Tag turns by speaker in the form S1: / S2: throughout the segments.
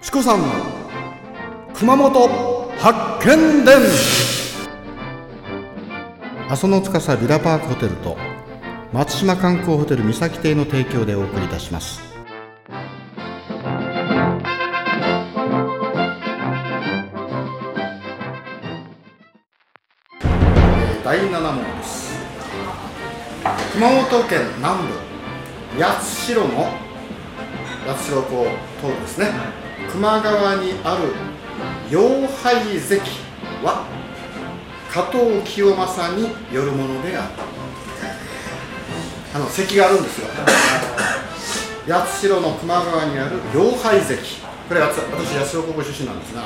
S1: チコさん熊本発見伝阿蘇の司ビラパークホテルと松島観光ホテル三崎邸の提供でお送りいたします第7問です熊本県南部八代の八代港等ですね、球磨川にある妖拝関は加藤清正によるものであるあの関があるん ですよ八代の球磨川にある妖拝関これ私八代高校出身なんですが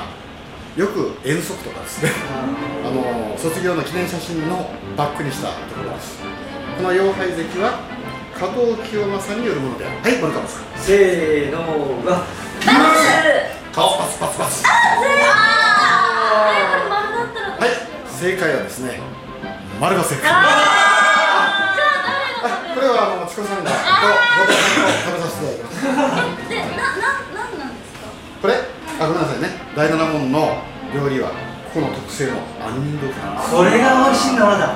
S1: よく遠足とかですねあの卒業の記念写真のバックにしたところですこの妖拝関は加藤清正によるものであるはい森川さん
S2: せーのが
S1: 顔パスパスパスはい、正解はですね、丸が正解。あこれはあのチコさんがと後藤さんと食べさせていただきます。これ、あごめんなさいね。第七問の料理はここの特製のアニンドルなんです。
S2: それが美味しいんだまだ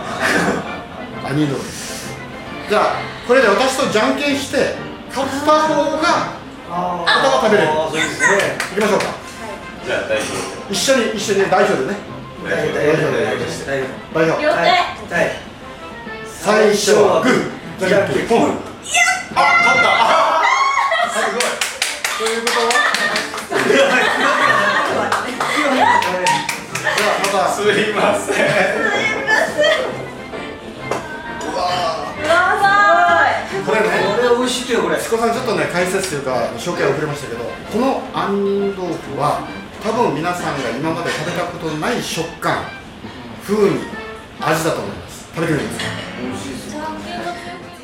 S1: アニンドルです。じゃあこれで私とじゃんけんして勝った方が
S2: あ
S1: 頭食べれる
S2: そうですね
S1: 行きましょうか。
S3: じゃあ代表
S1: 一緒に一緒に代表でね。
S2: 大丈夫大丈夫大丈
S1: 代表。
S2: 夫はいはい
S1: 最初はグー、じゃんけんポン。あ、勝った。あすごい。ということは。じゃあます
S3: いません
S1: たこれね
S2: これ美味しいよこれ
S1: 息子さんちょっとね解説というか紹介遅れましたけどこの杏仁豆腐は多分皆さんが今まで食べたことのない食感風味味だと思います食べてみてください
S2: 美味しいです。